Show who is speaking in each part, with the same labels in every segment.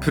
Speaker 1: プ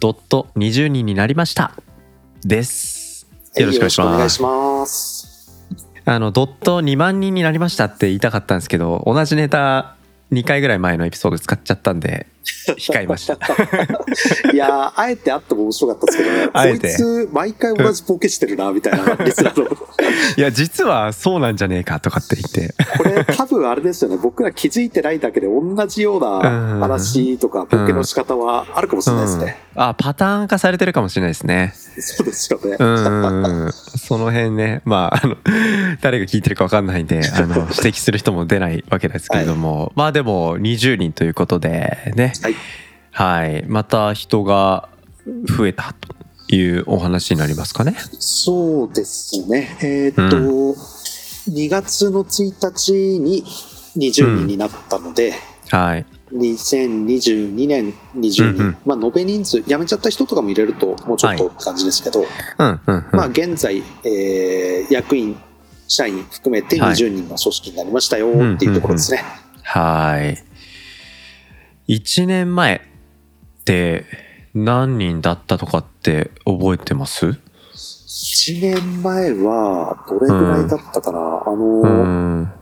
Speaker 2: ドット20人になりましたです
Speaker 3: はい
Speaker 2: よろしくお願いします
Speaker 3: よろしくお願いします。
Speaker 2: あのドット2万人になりましたって言いたかったんですけど同じネタ2回ぐらい前のエピソード使っちゃったん で控えました
Speaker 3: いやー、あえてあっても面白かったですけどね。
Speaker 2: あ
Speaker 3: あ
Speaker 2: え
Speaker 3: え
Speaker 2: て
Speaker 3: て。こいつ、毎回同じボケしてるな、みたいな、 リスナーの。こ
Speaker 2: いや実はそうなんじゃねえかとかって言って
Speaker 3: れ、多分あれですよね。僕ら気づいてないだけで、同じよう
Speaker 2: うん
Speaker 3: な話とか、ボケの仕方はあるかもしれないですね。
Speaker 2: うん、あパターン化されてるかもしれないですね
Speaker 3: そうですよね
Speaker 2: う。んうんうんその辺ねまああの誰が聞いてるか分かんないんであ の指摘する人も出ないわけですけれども、まあでも20人ということでね
Speaker 3: はい
Speaker 2: はい、また人が増えたというお話になりますかね。
Speaker 3: そうですね。えーっと、
Speaker 2: う
Speaker 3: 2月の1日に20人になったので、
Speaker 2: はい、
Speaker 3: 2022年20人、
Speaker 2: うんうん
Speaker 3: まあ、延べ人数、辞めちゃった人とかも入れると、もうちょっと
Speaker 2: は
Speaker 3: って感じですけど、
Speaker 2: うんうん、うん
Speaker 3: まあ、現在、えー役員、社員含めて
Speaker 2: はい
Speaker 3: 20人の組織になりましたよっていうところですね。
Speaker 2: はい。一年前って何人だったとかって覚えてます？
Speaker 3: 1年前は、どれぐらいだったかな、
Speaker 2: う
Speaker 3: あの、
Speaker 2: ん、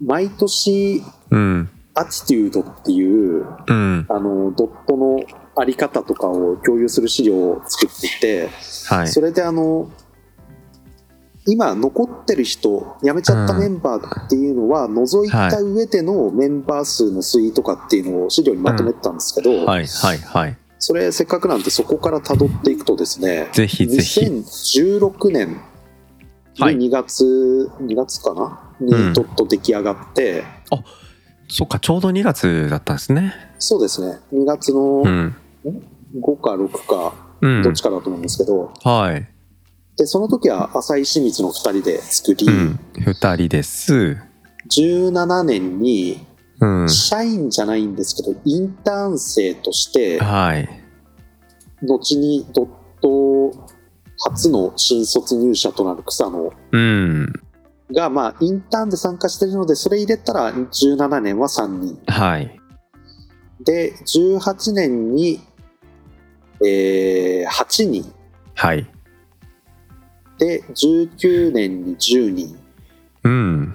Speaker 3: 毎年、
Speaker 2: うん、
Speaker 3: アティテュードっていう、
Speaker 2: うん、
Speaker 3: あの、ドットのあり方とかを共有する資料を作っていて、
Speaker 2: はい、
Speaker 3: それであの、今残ってる人、辞めちゃったメンバーっていうのは、除いた上でのメンバー数の推移とかっていうのを資料にまとめてたんですけど、
Speaker 2: はい、はい、はい。
Speaker 3: それせっかくなんでそこから辿っていくとですね、
Speaker 2: ぜひぜひ。
Speaker 3: 2016年の
Speaker 2: はい
Speaker 3: 2月、2月かな
Speaker 2: うん
Speaker 3: にドット出来上がって、
Speaker 2: そっか、ちょうど2月だったんですね。
Speaker 3: そうですね、2月の
Speaker 2: うん、
Speaker 3: 5か6か、
Speaker 2: うん
Speaker 3: どっ、ちかだと思うんですけど、
Speaker 2: はい、
Speaker 3: で、その時は浅井清水の2人で作り、
Speaker 2: うん、二人です。
Speaker 3: 17年に
Speaker 2: うん、
Speaker 3: 社員じゃないんですけど、インターン生として、
Speaker 2: はい、
Speaker 3: 後にドット初の新卒入社となる草野
Speaker 2: うん、
Speaker 3: が、まあ、インターンで参加してるので、それ入れたら17年は3人。
Speaker 2: はい。
Speaker 3: で、18年に、えー8人。
Speaker 2: はい。
Speaker 3: で、19年に10人。
Speaker 2: うん。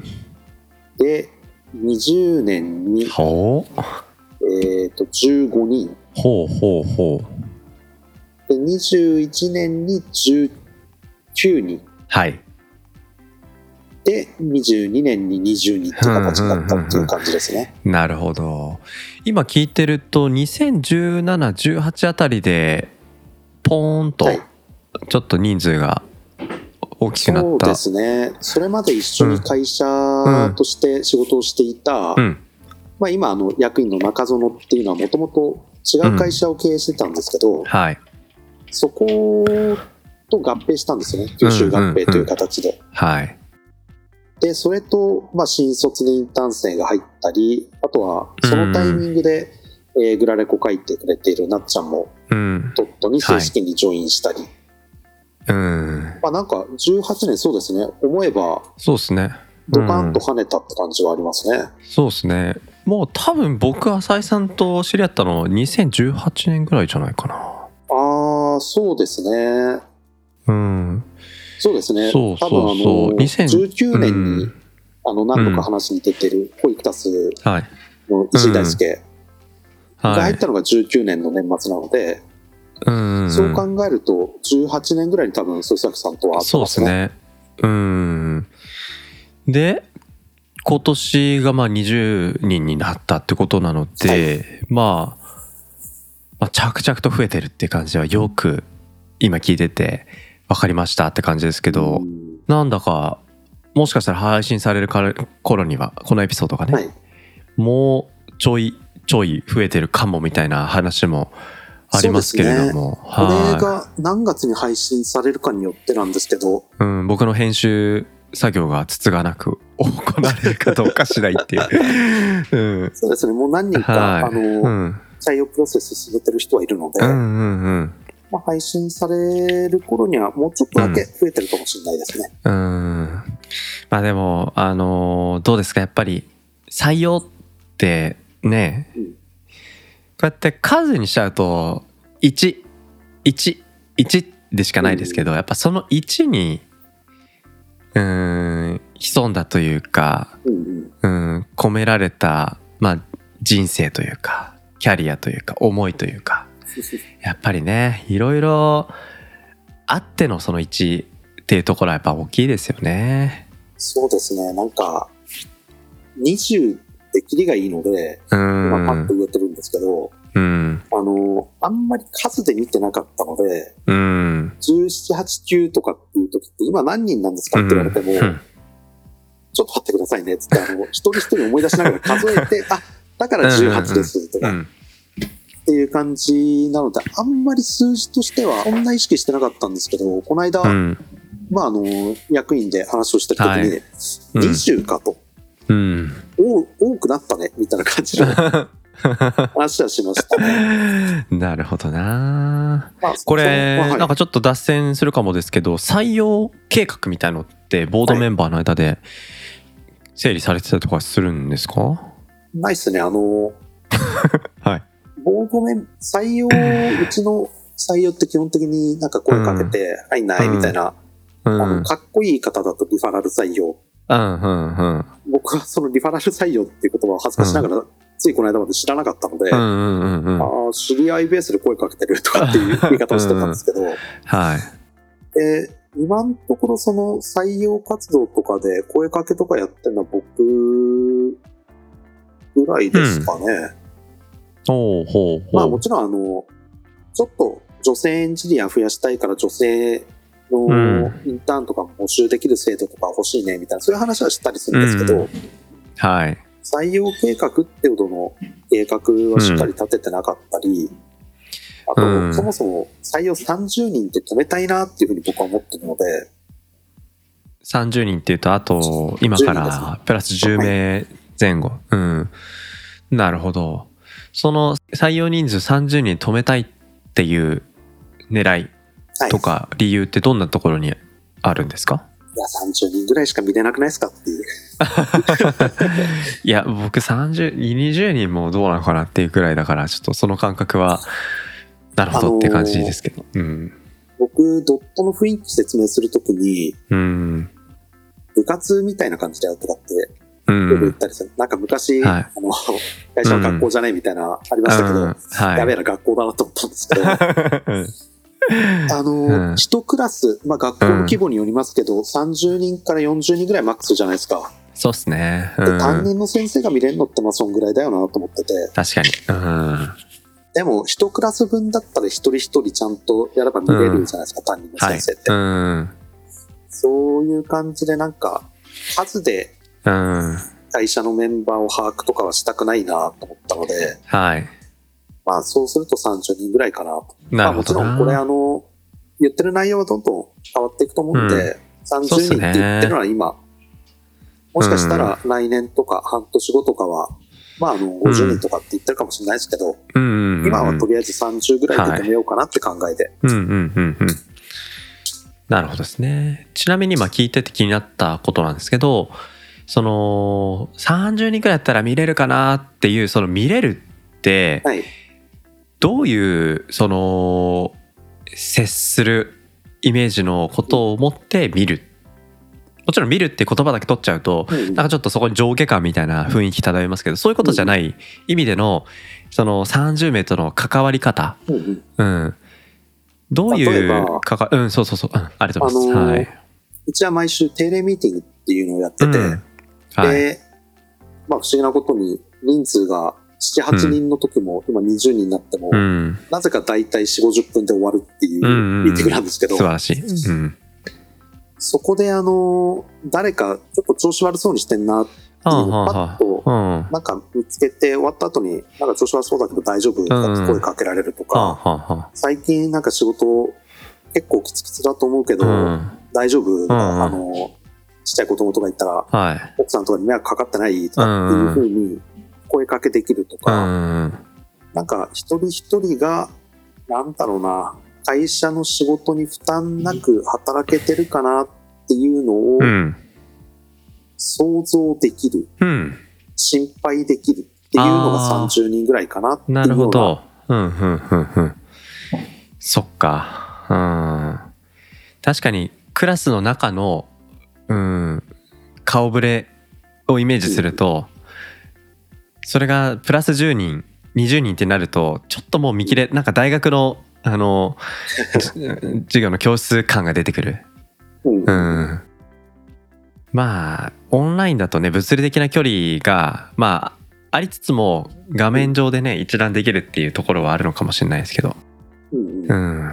Speaker 3: で、20年に、
Speaker 2: ほう。
Speaker 3: えっ、と、15人。
Speaker 2: ほうほうほう。
Speaker 3: で、21年に19人。
Speaker 2: はい。
Speaker 3: で、22年に20人って形だったっていう感じですね。
Speaker 2: なるほど。今聞いてると、2017、18あたりで、ポーンと
Speaker 3: はい、
Speaker 2: ちょっと人数が大きくな
Speaker 3: そ
Speaker 2: っ
Speaker 3: う
Speaker 2: た。
Speaker 3: ですね。それまで一緒に会社として仕事をしていた、
Speaker 2: うん。
Speaker 3: まあ、今あの役員の中園っていうのはもともと違う会社を経営してたんですけど、
Speaker 2: はい。
Speaker 3: そこと合併したんですよね吸収合併という形で、
Speaker 2: はい。
Speaker 3: でそれと、まあ、新卒でインターン生が入ったりあとはそのタイミングで、えーグラレコ書いてくれているなっちゃんも
Speaker 2: うん。
Speaker 3: トットに正式にジョインしたり、
Speaker 2: うん。
Speaker 3: まあ、なんか18年そうですね思えば
Speaker 2: そうですね。
Speaker 3: ドカンと跳ねたって感じはありますね、
Speaker 2: そうですね。もう多分僕、浅井さんと知り合ったの2018年ぐらいじゃないかな。
Speaker 3: ああそうですね
Speaker 2: うん。
Speaker 3: そうですね。
Speaker 2: そうそ
Speaker 3: 多
Speaker 2: うそう
Speaker 3: 分あの
Speaker 2: 2019
Speaker 3: 19年に、
Speaker 2: うん
Speaker 3: あの何度か話に出てるコイクタス
Speaker 2: はい。
Speaker 3: の石井大輔が
Speaker 2: は
Speaker 3: 入
Speaker 2: い
Speaker 3: っ。たのが19年の年末なので、
Speaker 2: うん。
Speaker 3: そう考えると18年ぐらいに多分鈴崎さんとは会って
Speaker 2: そう
Speaker 3: ま
Speaker 2: です
Speaker 3: すね。
Speaker 2: ね。うん。で、今年がまあ20人になったってことなので、まあ、まあ、着々と増えてるって感じはよく今聞いてて分かりましたって感じですけど、
Speaker 3: うん
Speaker 2: なんだかもしかしたら配信されるから頃にはこのエピソードがね、
Speaker 3: はい。
Speaker 2: もうちょいちょい増えてるかもみたいな話もありますけれども、
Speaker 3: これ
Speaker 2: は
Speaker 3: が何月に配信されるかによってなんですけど、
Speaker 2: い、うん、僕の編集作業がつつがなく行われるかどうか次第っていう、うん
Speaker 3: そうですね、もう何人か、
Speaker 2: はい
Speaker 3: あの、
Speaker 2: うん、
Speaker 3: 採用プロセス進めてる人はいるので、
Speaker 2: うんうんうん
Speaker 3: まあ、配信される頃にはもうちょっとだけ増えてるかもしれないですね。
Speaker 2: うーんまあでもあのーどうですかやっぱり採用ってね、
Speaker 3: うん
Speaker 2: こうやって数にしちゃうと111でしかないですけど、やっぱその1にうーん潜んだというか
Speaker 3: うんうん
Speaker 2: うーん込められた、まあ、人生というかキャリアというか思いというかやっぱりねいろいろあってのその1っていうところはやっぱ大きいですよね。
Speaker 3: そうですね、なんか、20でキリがいいので、
Speaker 2: う
Speaker 3: 今
Speaker 2: ん
Speaker 3: パッと言えてるんですけど、
Speaker 2: うん
Speaker 3: あの、あんまり数で見てなかったので、
Speaker 2: うん
Speaker 3: 17、8、9とかっていう時って、今何人なんですかって言われても、
Speaker 2: うん
Speaker 3: ちょっと待ってくださいねっつって、あの、一人一人思い出しながら数え て、あ、だから18ですと
Speaker 2: う
Speaker 3: かっ
Speaker 2: ん
Speaker 3: ていう感じなので、あんまり数字としては、そんな意識してなかったんですけど、この間、
Speaker 2: うん
Speaker 3: まあ、あの、役員で話をしてる時に、
Speaker 2: うん
Speaker 3: 20かと、
Speaker 2: うん
Speaker 3: お多くなったね、みたいな感じ の話はしましたね。
Speaker 2: なるほどな
Speaker 3: まあ
Speaker 2: こ
Speaker 3: そうは
Speaker 2: れ
Speaker 3: い
Speaker 2: なんかちょっと脱線するかもですけど採用計画みたいのってボードメンバーの間で整理されてたりとかするんですか
Speaker 3: ないっすね。あの、
Speaker 2: はい
Speaker 3: ボードメン、採用、うちの採用って基本的になんか声かけて、入んないみたいな、
Speaker 2: うんう
Speaker 3: あの、
Speaker 2: ん
Speaker 3: かっこいい方だとリファラル採用。
Speaker 2: うんうん
Speaker 3: 僕はそのリファラル採用っていう言葉を恥ずかしながら、ついこの間まで知らなかったので、
Speaker 2: う
Speaker 3: あ
Speaker 2: んうんうんうん
Speaker 3: ー知り合いベースで声かけてるとかっていう言い方をしてたんですけど、
Speaker 2: はい
Speaker 3: で、今のところその採用活動とかで声かけとかやってるのは僕ぐらいですかね。
Speaker 2: ほうほうほう
Speaker 3: まあもちろんあの、ちょっと女性エンジニア増やしたいから女性の
Speaker 2: ん
Speaker 3: インターンとかも募集できる制度とか欲しいねみたいな、そういう話はしたりするんですけど、
Speaker 2: うんはい
Speaker 3: 採用計画ってほどの計画はしっかり立ててなかったり、あと、
Speaker 2: うん
Speaker 3: そもそも採用30人って止めたいなっていうふうに僕は思ってるので、
Speaker 2: 30人っていうとあと今か
Speaker 3: 10人です
Speaker 2: らプラス10名前後うんなるほどその採用人数30人止めたいっていう狙い
Speaker 3: はい、
Speaker 2: とか理由ってどんなところにあるんですか
Speaker 3: いや、30人ぐらいしか見れなくないですかっていう。
Speaker 2: いや僕3020人もどうなのかなっていうくらいだからちょっとその感覚はなるほどって感じですけど、
Speaker 3: 僕、ドットの雰囲気説明するときに、
Speaker 2: うん
Speaker 3: 部活みたいな感じでやるとかって、
Speaker 2: う
Speaker 3: よく言っ
Speaker 2: ん
Speaker 3: たりする。なんか昔、
Speaker 2: はい
Speaker 3: あの、会社は学校じゃないみたいな、ありましたけど、
Speaker 2: うんはい
Speaker 3: やべえな、学校だなと思ったんですけ ど、あ
Speaker 2: う
Speaker 3: の、
Speaker 2: ん
Speaker 3: 一、クラス、まあ学校の規模によりますけど、30人から40人ぐらいマックスじゃないですか。
Speaker 2: そうっすね、う
Speaker 3: で、担
Speaker 2: ん、
Speaker 3: 任の先生が見れるのってまあそんぐらいだよなと思ってて、
Speaker 2: 確かにうん
Speaker 3: でも一クラス分だったら一人一人ちゃんとやれば見れるじゃないですか、担任の
Speaker 2: はい
Speaker 3: 先生って。
Speaker 2: うん
Speaker 3: そういう感じでなんか、数で
Speaker 2: うん
Speaker 3: 会社のメンバーを把握とかはしたくないなと思ったので、
Speaker 2: はい
Speaker 3: まあそうすると30人ぐらいかなと。
Speaker 2: なる
Speaker 3: まあも
Speaker 2: ほ
Speaker 3: ち
Speaker 2: ど
Speaker 3: ろ
Speaker 2: な、
Speaker 3: んこれあの、言ってる内容はどんどん変わっていくと思うんで、
Speaker 2: う
Speaker 3: 30
Speaker 2: そうっ
Speaker 3: 人
Speaker 2: す
Speaker 3: っ
Speaker 2: ね
Speaker 3: て言ってるのは今、もしかしたら来年とか半年後とかは、まああの50人とかって言ってるかもしれないですけど、
Speaker 2: うんうんうん、
Speaker 3: 今はとりあえず30ぐらいで止めようかなって考えで。
Speaker 2: うんうんうんうんなるほどですねちなみに今聞いてて気になったことなんですけどその30人くらいだったら見れるかなっていうその見れるって
Speaker 3: はい。
Speaker 2: どういうその接するイメージのことを持って見るもちろん見るって言葉だけ取っちゃうと
Speaker 3: うん
Speaker 2: なんかちょっとそこに上下感みたいな雰囲気漂いますけどそういうことじゃない意味でのその30名との関わり方、
Speaker 3: うんうん
Speaker 2: うん、どうい
Speaker 3: 例えば
Speaker 2: う関わうんそうそうそう、うん、ありがとうございます。
Speaker 3: あのー
Speaker 2: はい、
Speaker 3: うちは毎週定例ミーティングっていうのをやってて、
Speaker 2: うんはい、
Speaker 3: で、まあ不思議なことに人数が7、8人の時も、今20人になっても、
Speaker 2: うん、
Speaker 3: なぜか大体4、50分で終わるっていう
Speaker 2: うんうんうん
Speaker 3: ミーティングなんですけど、
Speaker 2: 素晴らしい、うん、
Speaker 3: そこであの、誰かちょっと調子悪そうにしてんなっていう
Speaker 2: はあ
Speaker 3: のを
Speaker 2: はあ
Speaker 3: パ
Speaker 2: は
Speaker 3: ッとを、
Speaker 2: うん。
Speaker 3: なんか見つけて終わった後に、なんか調子はそうだけど大丈夫かって声かけられると
Speaker 2: はあ
Speaker 3: か、
Speaker 2: は
Speaker 3: 最近なんか仕事結構きつきつだと思うけ
Speaker 2: あ
Speaker 3: ど、
Speaker 2: は
Speaker 3: 大丈夫、
Speaker 2: ん
Speaker 3: あの、ちっちゃい子供とか言ったら、
Speaker 2: あ。うん。はい。
Speaker 3: 奥さんとかに迷惑かかってないとかっていうふうに声かけできると
Speaker 2: う
Speaker 3: か、
Speaker 2: ん。
Speaker 3: なんか一人一人が、なんだろうな、会社の仕事に負担なく働けてるかなっていうのを
Speaker 2: うん。
Speaker 3: 想像できる、
Speaker 2: うん。
Speaker 3: 心配できるっていうのが
Speaker 2: あー
Speaker 3: 30人ぐらいかなっていう
Speaker 2: なる
Speaker 3: の
Speaker 2: ほ
Speaker 3: が
Speaker 2: ど。うん、うん、うん、うん。そっか。うん。確かに、クラスの中の、うん、顔ぶれをイメージすると、それがプラス10人、20人ってなると、ちょっともう見切れ、なんか大学の、あ の、授業の教室感が出てくる。
Speaker 3: うん
Speaker 2: うん、まあオンラインだとね物理的な距離がまあありつつも画面上でね一覧できるっていうところはあるのかもしれないですけど、
Speaker 3: うん
Speaker 2: う
Speaker 3: うん
Speaker 2: ん、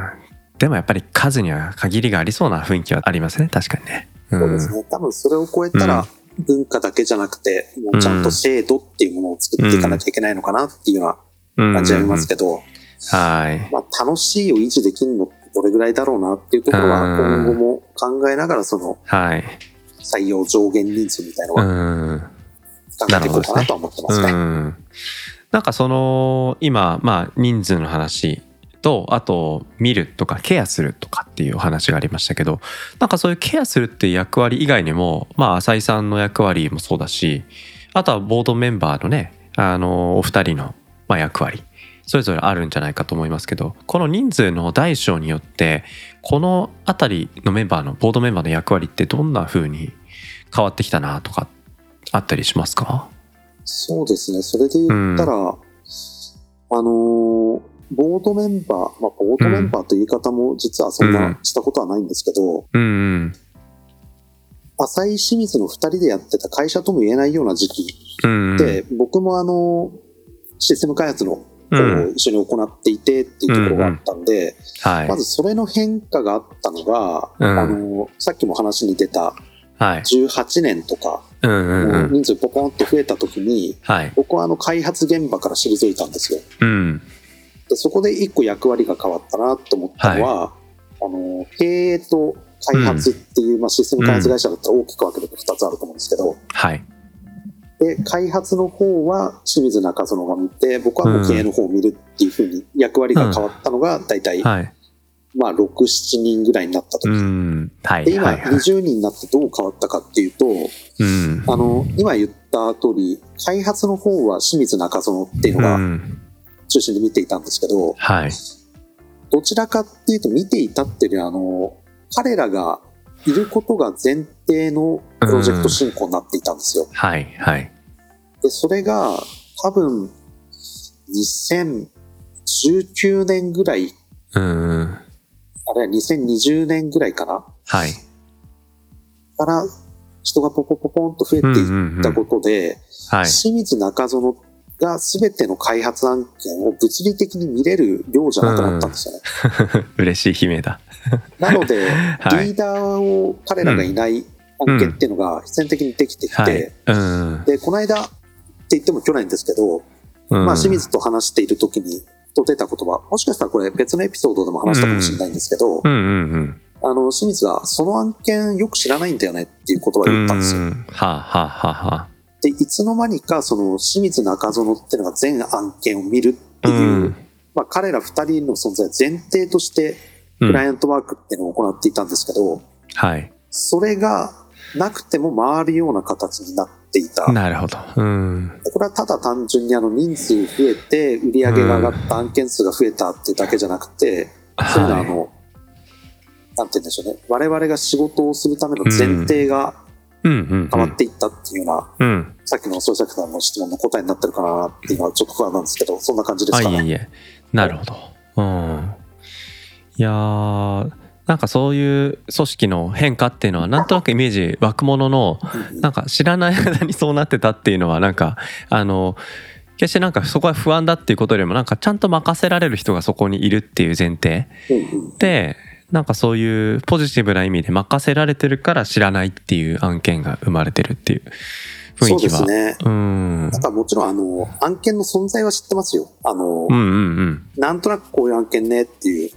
Speaker 2: でもやっぱり数には限りがありそうな雰囲気はありますね確かにね。う
Speaker 3: そうで
Speaker 2: ん
Speaker 3: すね。多分それを超えたら、文化だけじゃなくて、もうちゃんと制度っていうものを作っていかなきゃいけないのかなっていうよ
Speaker 2: う
Speaker 3: うなん感じはありますけど、
Speaker 2: はい。
Speaker 3: まあ、楽しいを維持できるのってどれぐらいだろうなっていうところは、
Speaker 2: うん
Speaker 3: 今後も考えながら、その
Speaker 2: はい。
Speaker 3: 採用上限人数みたいなの
Speaker 2: う
Speaker 3: は
Speaker 2: ん。
Speaker 3: 考えていこうかなとは思ってますね。
Speaker 2: うん、なんかその今まあ人数の話とあと見るとかケアするとかっていうお話がありましたけどなんかそういうケアするっていう役割以外にもまあ浅井さんの役割もそうだしあとはボードメンバーのねあのお二人の、まあ、役割それぞれあるんじゃないかと思いますけどこの人数の大小によってこの辺りのメンバーのボードメンバーの役割ってどんな風に変わってきたなとかあったりしますか
Speaker 3: そうですね。それで言ったら、あのーボードメンバー、まあ、ボードメンバーという言い方も実はそん
Speaker 2: うん
Speaker 3: なしたことはないんですけど、
Speaker 2: うんうん
Speaker 3: 浅井清水の2人でやってた会社とも言えないような時期
Speaker 2: うんうん
Speaker 3: で、僕もあのシステム開発のこう
Speaker 2: うん
Speaker 3: 一緒に行っていてっていうところがあったんで、
Speaker 2: はい
Speaker 3: まずそれの変化があったのが、
Speaker 2: うん
Speaker 3: あのさっきも話に出た
Speaker 2: はい
Speaker 3: 18年とか、
Speaker 2: うんうんうん
Speaker 3: 人数ポコンと増えた時に
Speaker 2: はい
Speaker 3: 僕はあの開発現場から退いたんですよ
Speaker 2: うん
Speaker 3: でそこで一個役割が変わったなと思ったのは、あの経営と開発っていう、まあ、システム開発会社だったら大きく分けると2つあると思うんですけど、
Speaker 2: はい
Speaker 3: で開発の方は清水中園が見て僕はもう経営の方を見るっていうふうに役割が変わったのが大体、
Speaker 2: はい
Speaker 3: まあ、67人ぐらいになった時、
Speaker 2: うんはい
Speaker 3: で今
Speaker 2: はいはい
Speaker 3: 20人になってどう変わったかっていうと、
Speaker 2: うん
Speaker 3: あの今言った通り開発の方は清水中園っていうの
Speaker 2: う
Speaker 3: が
Speaker 2: ん
Speaker 3: 中心で見ていたんですけど、
Speaker 2: はい
Speaker 3: どちらかっていうと見ていたっていうよりあの彼らがいることが前提のプロジェクト進行になっていたんですよ。
Speaker 2: はいはい
Speaker 3: で、それが多分2019年ぐらい、
Speaker 2: うんうん
Speaker 3: あれは2020年ぐらいかな
Speaker 2: はい
Speaker 3: から人がポポポポンと増えて
Speaker 2: うんう
Speaker 3: いっ
Speaker 2: んうん
Speaker 3: たことで、
Speaker 2: はい
Speaker 3: 清水中園が全ての開発案件を物理的に見れる量じゃなくなったんですよね。
Speaker 2: 嬉しい悲鳴だ
Speaker 3: なので、
Speaker 2: はい
Speaker 3: リーダーを彼らがいない案件っていうのが必然的にできてきて、
Speaker 2: はいうん
Speaker 3: で、この間って言っても去年ですけど、
Speaker 2: うん
Speaker 3: まあ、清水と話している時にと出た言葉もしかしたらこれ別のエピソードでも話したかもしれないんですけど、
Speaker 2: うんうんうん
Speaker 3: あの清水が「その案件よく知らないんだよね」っていう言葉を
Speaker 2: う
Speaker 3: 言っ
Speaker 2: ん
Speaker 3: たんですよ。
Speaker 2: はあはあはあはあ
Speaker 3: でいつの間にかその清水中園っていうのが全案件を見るって
Speaker 2: う
Speaker 3: いう、
Speaker 2: ん
Speaker 3: まあ、彼ら2人の存在を前提として
Speaker 2: う
Speaker 3: クライ
Speaker 2: ん
Speaker 3: アントワークっていうのを行っていたんですけど、
Speaker 2: はい
Speaker 3: それがなくても回るような形になっていた。
Speaker 2: なるほどうん
Speaker 3: これはただ単純にあの人数増えて売り上げが上がった案件数が増えたっていうだけじゃなくて、そういうのはあ
Speaker 2: は
Speaker 3: の、なんて言うんでしょうね。我々が仕事をするための前提が
Speaker 2: いうんうんう
Speaker 3: 変わっ
Speaker 2: ん
Speaker 3: ていったっていうような、
Speaker 2: うん
Speaker 3: さっきの創作さんの質問の答えになってるかなっていうのはちょっと不安なんですけど、そんな感じですか
Speaker 2: あいえ
Speaker 3: ね。
Speaker 2: いえなるほどうんいやーなんかそういう組織の変化っていうのはなんとなくイメージ湧くものの
Speaker 3: うん
Speaker 2: なんか知らない間にそうなってたっていうのはなんかあの決してなんかそこは不安だっていうことよりもなんかちゃんと任せられる人がそこにいるっていう前提
Speaker 3: うんうん
Speaker 2: でなんかそういうポジティブな意味で任せられてるから知らないっていう案件が生まれてるっていう雰
Speaker 3: そ
Speaker 2: 囲
Speaker 3: う
Speaker 2: 気
Speaker 3: で
Speaker 2: は。
Speaker 3: すね。
Speaker 2: うん。
Speaker 3: なんかもちろん、あの、案件の存在は知ってますよ。あの、
Speaker 2: うんうんうん。
Speaker 3: なんとなくこういう案件ねっていう。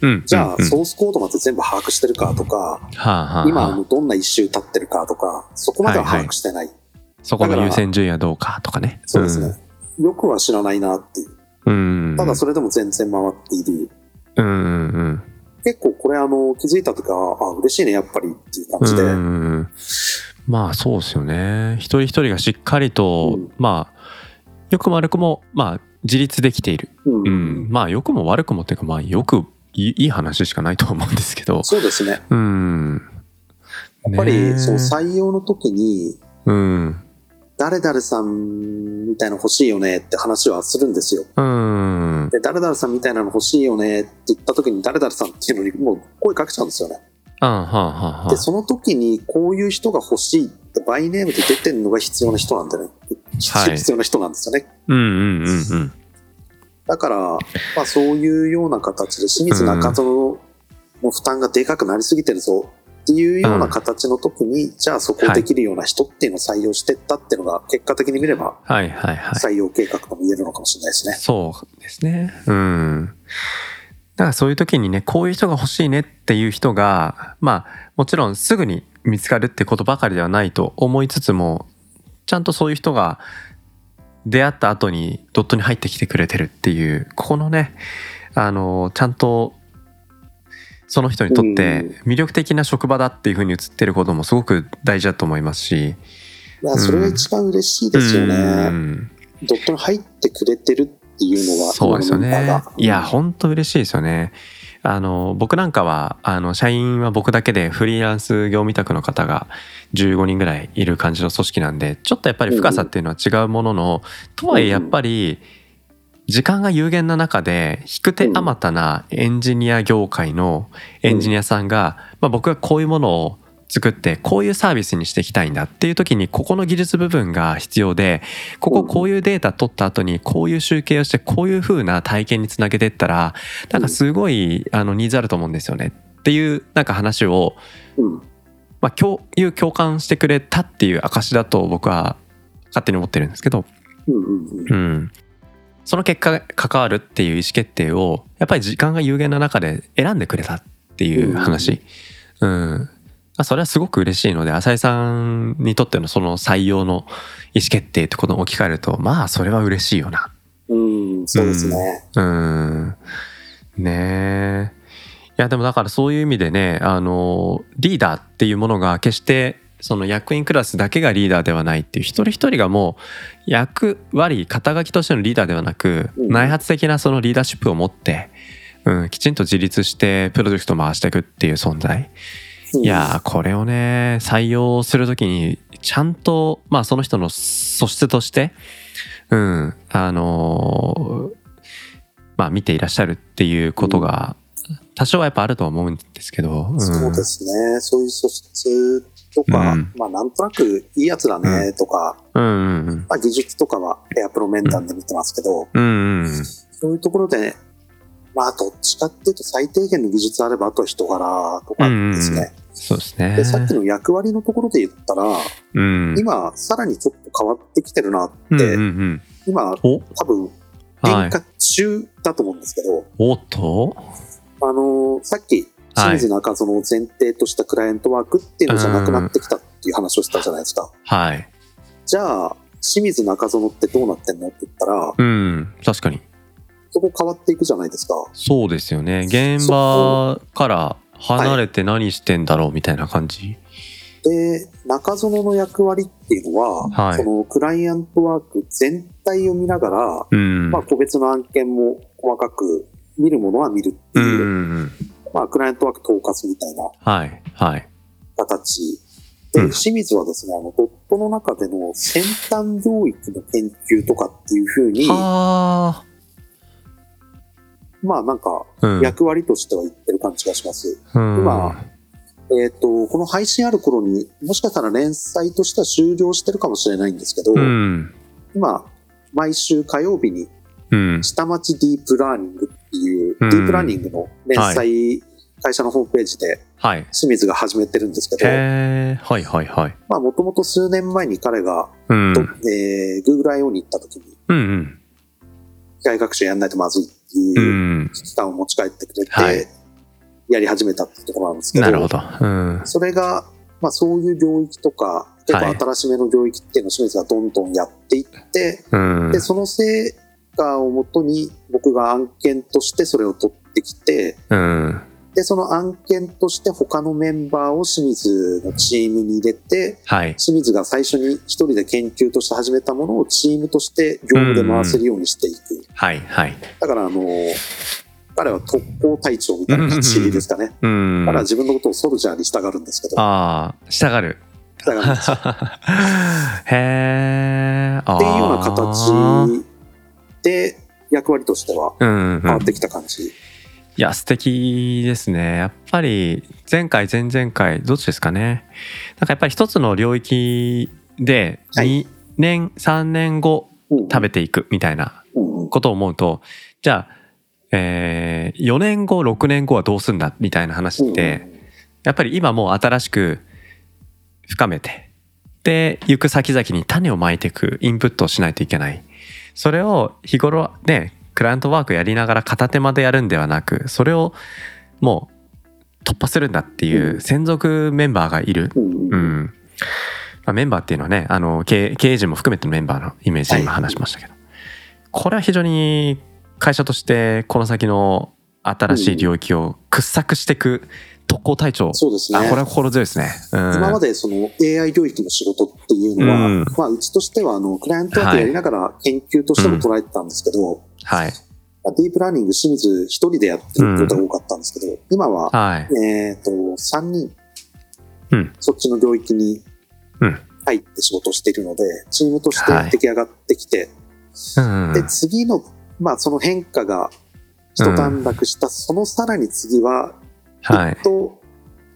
Speaker 2: うん。
Speaker 3: じゃあ、
Speaker 2: うんうん
Speaker 3: ソースコードまで全部把握してるかとか、
Speaker 2: はあはあ、
Speaker 3: 今、あ
Speaker 2: は
Speaker 3: の
Speaker 2: あ、
Speaker 3: どんな一周経ってるかとか、そこまでは把握してない。
Speaker 2: そこ
Speaker 3: だか
Speaker 2: の
Speaker 3: ら
Speaker 2: 優先順位はどうかとかね。
Speaker 3: そうですね。よくは知らないなっていう。
Speaker 2: うん。うん。
Speaker 3: ただ、それでも全然回っている。
Speaker 2: うんうんうん。
Speaker 3: 結構これあの気づいた時はあ嬉しいねやっぱりっていう感じで、
Speaker 2: うんうんうんまあそうですよね一人一人がしっかりと、
Speaker 3: うん
Speaker 2: まあよくも悪くもまあ自立できている、
Speaker 3: うん
Speaker 2: うん、まあ良くも悪くもっていうかまあよくいいいい話しかないと思うんですけど
Speaker 3: そうですね
Speaker 2: うん
Speaker 3: やっぱ
Speaker 2: ねえ
Speaker 3: りそう採用の時に
Speaker 2: うん
Speaker 3: 誰々さんみたいなの欲しいよねって話はするんですよ
Speaker 2: うん
Speaker 3: で誰々さんみたいなの欲しいよねって言った時に誰々さんっていうのにもう声かけちゃうんですよね
Speaker 2: あはあはあは
Speaker 3: でその時にこういう人が欲しいってバイネームで出てるのが必要な人なんでね
Speaker 2: はい
Speaker 3: 必要な人なんですよね、
Speaker 2: うんうんうんうん
Speaker 3: だから、まあ、そういうような形で清水中園の負担がでかくなりすぎてるぞっていうような形の時に、じゃあそこをできるような人っていうのを採用してったっていうのが結果的に見れば
Speaker 2: はいはいはい
Speaker 3: 採用計画とも言えるのかもしれないですね。
Speaker 2: そうですね。うん。だからそういう時にね、こういう人が欲しいねっていう人が、まあ、もちろんすぐに見つかるってことばかりではないと思いつつも、ちゃんとそういう人が出会った後にドットに入ってきてくれてるっていう、ここのね、あの、ちゃんと、その人にとって魅力的な職場だっていうふうに映ってることもすごく大事だと思いますし。
Speaker 3: いやそれが一番嬉しいですよ
Speaker 2: う
Speaker 3: ね。
Speaker 2: ん
Speaker 3: ドットに入ってくれてるっていうのは、
Speaker 2: そうですよ
Speaker 3: 今のメンバ
Speaker 2: ね
Speaker 3: ーが
Speaker 2: いや本当嬉しいですよねあの僕なんかはあの社員は僕だけでフリーランス業務委託の方が15人ぐらいいる感じの組織なんでちょっとやっぱり深さっていうのは違うものの、とはいえやっぱり時間が有限な中で引く手あまたなエンジニア業界のエンジニアさんが、まあ、僕がこういうものを作ってこういうサービスにしていきたいんだっていう時にここの技術部分が必要でこここういうデータ取った後にこういう集計をしてこういう風な体験につなげていったらなんかすごいあのニーズあると思うんですよねっていうなんか話を、
Speaker 3: うん
Speaker 2: まあ、共有共感してくれたっていう証だと僕は勝手に思ってるんですけど
Speaker 3: うんうんうん
Speaker 2: うん、その結果関わるっていう意思決定をやっぱり時間が有限な中で選んでくれたっていう話、うんあそれはすごく嬉しいので浅井さんにとってのその採用の意思決定ってことを置き換えるとまあそれは嬉しいよな
Speaker 3: うん、そうですね。
Speaker 2: うんねえいやでもだからそういう意味でねあのリーダーっていうものが決してその役員クラスだけがリーダーではないっていう一人一人がもう役割肩書きとしてのリーダーではなく、
Speaker 3: うん
Speaker 2: 内発的なそのリーダーシップを持って、うん、きちんと自立してプロジェクトを回していくっていう存在、
Speaker 3: うん
Speaker 2: いやーこれをね採用するときにちゃんとまあその人の素質としてうんあのーまあ見ていらっしゃるっていうことが多少はやっぱあるとは思うんですけど、うん、
Speaker 3: そうですね。そういう素質とか、
Speaker 2: うん
Speaker 3: まあなんとなくいいやつだねとか、
Speaker 2: うんうん
Speaker 3: まあ、技術とかはエアプロ面談で見てますけど、
Speaker 2: うんうんうん
Speaker 3: そういうところで、まあ、どっちかっていうと最低限の技術あれば、あとは人柄とかですね。
Speaker 2: そうですね
Speaker 3: で、さっきの役割のところで言ったら、
Speaker 2: うん
Speaker 3: 今、さらにちょっと変わってきてるなって、
Speaker 2: うんうんうん
Speaker 3: 今、
Speaker 2: お
Speaker 3: 多分、
Speaker 2: はい
Speaker 3: 変化中だと思うんですけど、
Speaker 2: おっと
Speaker 3: あのーさっき、清水中園を前提としたクライアントワークっていうのじゃなくなってきたっていう話をしたじゃないですか。
Speaker 2: はい
Speaker 3: じゃあ、清水中園ってどうなってんのって言ったら、
Speaker 2: うん確かに
Speaker 3: そこ変わっていくじゃないですか。
Speaker 2: そうですよね現場から離れて何してんだろうみたいな感じ、
Speaker 3: で、中園の役割っていうのは、
Speaker 2: はい
Speaker 3: そのクライアントワーク全体を見ながら、
Speaker 2: うん
Speaker 3: まあ個別の案件も細かく見るものは見るって
Speaker 2: うん
Speaker 3: いうう、
Speaker 2: んうん
Speaker 3: まあクライアントワーク統括みたいな
Speaker 2: はいはい。
Speaker 3: 形。で、
Speaker 2: うん
Speaker 3: 清水はですね、あの、ドットの中での先端領域の研究とかっていうふうに、
Speaker 2: は
Speaker 3: まあなんか
Speaker 2: あ、うん、
Speaker 3: 役割としては言ってる感じがします。
Speaker 2: うん
Speaker 3: 今えっ、と、この配信ある頃にもしかしたら連載としては終了してるかもしれないんですけど、
Speaker 2: うん
Speaker 3: 今、毎週火曜日に
Speaker 2: うん
Speaker 3: 下町ディープラーニングっていう、
Speaker 2: うん
Speaker 3: ディープラーニングの連載会社のホームページで
Speaker 2: はい。
Speaker 3: 清水が始めてるんですけど、
Speaker 2: へえ、はいはいはい。
Speaker 3: まあもともと数年前に彼が、
Speaker 2: うん。う
Speaker 3: と
Speaker 2: ん
Speaker 3: えー Google I.O. に行った時に、
Speaker 2: うん。
Speaker 3: 機械学習やんないとまずいって
Speaker 2: う。
Speaker 3: いうん危機感を持ち帰ってくれて、
Speaker 2: はい
Speaker 3: やり始めたってところなんですけど、
Speaker 2: なるほど。うん。
Speaker 3: それが、まあそういう領域とか、結構新しめの領域っていうのを清水がどんどんやっていって、
Speaker 2: うん
Speaker 3: で、。その成果をもとに僕が案件としてそれを取ってきて、
Speaker 2: うん。
Speaker 3: で、その案件として他のメンバーを清水のチームに入れて、
Speaker 2: はい。
Speaker 3: 清水が最初に一人で研究として始めたものをチームとして業務で回せるようにしていく。
Speaker 2: はいはい。
Speaker 3: だから、あの、彼は特攻隊長みたいな立ちですかね。
Speaker 2: うん。
Speaker 3: 彼は自分のことをソルジャーに従うんですけど、
Speaker 2: ああ、従る。
Speaker 3: だから、っ
Speaker 2: へえ。あー
Speaker 3: ていうような形で役割としては
Speaker 2: うんうん
Speaker 3: 変わってきた感じ。
Speaker 2: いや素敵ですねやっぱり前回前々回どっちですかねなんかやっぱり一つの領域で
Speaker 3: はい
Speaker 2: 2年、3年後
Speaker 3: うん
Speaker 2: 食べていくみたいな
Speaker 3: うんうん
Speaker 2: ことを思うとじゃあ、えー4年後6年後はどうすんだみたいな話って、やっぱり今もう新しく深めてで行く先々に種をまいていくインプットをしないといけないそれを日頃ねクライアントワークやりながら片手間でやるんではなくそれをもう突破するんだっていうう専属メンバーがいる、
Speaker 3: うんうん
Speaker 2: う
Speaker 3: うん
Speaker 2: んまあ、メンバーっていうのはねあの経営経営陣も含めてのメンバーのイメージで今
Speaker 3: はい
Speaker 2: 話しましたけど、これは非常に会社としてこの先の新しい領域を掘削していく特攻隊長
Speaker 3: そうですね
Speaker 2: あ。これは心強いですね。うん、
Speaker 3: 今までその AI 領域の仕事っていうのは、
Speaker 2: うん
Speaker 3: まあうちとしてはあのクライアントワークやりながら研究としても捉えてたんですけど、
Speaker 2: はい
Speaker 3: まあディープラーニング清水一人でやってることが多かったんですけど、今は、
Speaker 2: はい。
Speaker 3: えっ、と、3人、
Speaker 2: うん
Speaker 3: そっちの領域に
Speaker 2: うん
Speaker 3: 入って仕事しているので、チームとし
Speaker 2: は
Speaker 3: て
Speaker 2: い
Speaker 3: 出来上がってきて、
Speaker 2: うん
Speaker 3: で、次の、まあその変化が一段落した、そのさらに次は、
Speaker 2: は
Speaker 3: き
Speaker 2: い
Speaker 3: っ。と、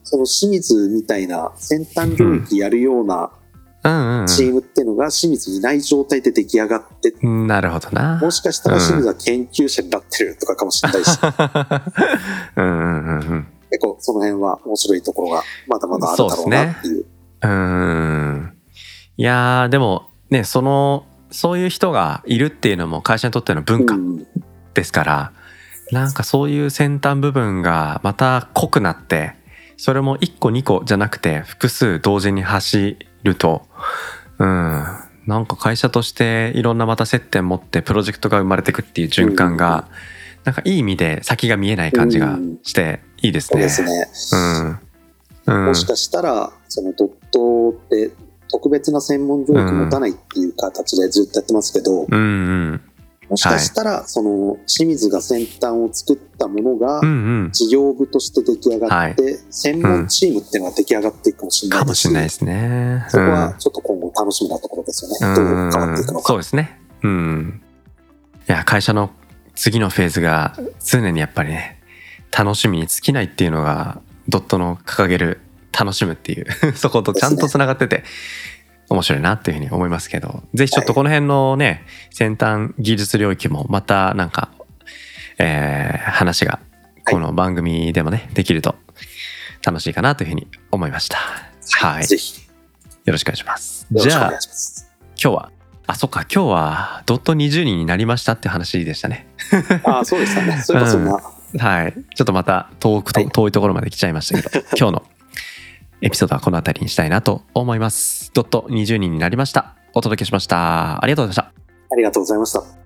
Speaker 3: その清水みたいな先端領域やるような、
Speaker 2: うん
Speaker 3: チームっていうのが清水にない状態で出来上がって、
Speaker 2: うん。なるほどな。
Speaker 3: もしかしたら清水は研究者になってるとかかもしれないし、
Speaker 2: うんうんうんうん。
Speaker 3: 結構その辺は面白いところがまだまだあるだろうなっていう。
Speaker 2: うーんいやーでもねそのそういう人がいるっていうのも会社にとっての文化
Speaker 3: うん
Speaker 2: ですから、なんかそういう先端部分がまた濃くなってそれも1個2個じゃなくて複数同時に走るとうんなんか会社としていろんなまた接点持ってプロジェクトが生まれてくっていう循環が、なんかいい意味で先が見えない感じがしていいです
Speaker 3: そう
Speaker 2: ね。
Speaker 3: ですね。
Speaker 2: うんうん
Speaker 3: もしかしたら、そのドットって特別な専門領域持たないっていう形でずっとやってますけど、
Speaker 2: うんうん
Speaker 3: もしかしたら、その清水が先端を作ったものが
Speaker 2: うんうん
Speaker 3: 事業部として出来上がって、専門チームっていうのが出来上がっていくかもしれない
Speaker 2: かも
Speaker 3: です
Speaker 2: しれないですね。
Speaker 3: そこ
Speaker 2: うん
Speaker 3: はちょっと今後楽しみなところですよね。どう変わっていくの
Speaker 2: そ
Speaker 3: か。
Speaker 2: うですね。うん。いや、会社の次のフェーズが常にやっぱりね、楽しみに尽きないっていうのが、ドットの掲げる楽しむっていう、 そことちゃんとつながってて、面白いなっていうふうに思いますけど、ぜひちょっとこの辺のね、先端技術領域もまたなんか、えー話がこの番組でもね、できると楽しいかなというふうに思いました。はい。
Speaker 3: ぜひ、
Speaker 2: よろしくお願いします。
Speaker 3: よろ
Speaker 2: じ
Speaker 3: しくお
Speaker 2: ゃあ
Speaker 3: 願い、します。
Speaker 2: 今日はあそっか今日はドット20人になりましたって話でしたね
Speaker 3: ああ、そうでしたね。そういえばそんな。
Speaker 2: はいちょっとまた遠くと、
Speaker 3: はい
Speaker 2: 遠いところまで来ちゃいましたけ ど今日のエピソードはこの辺りにしたいなと思いますドット20人になりましたお届けしましたありがとうございました
Speaker 3: ありがとうございました。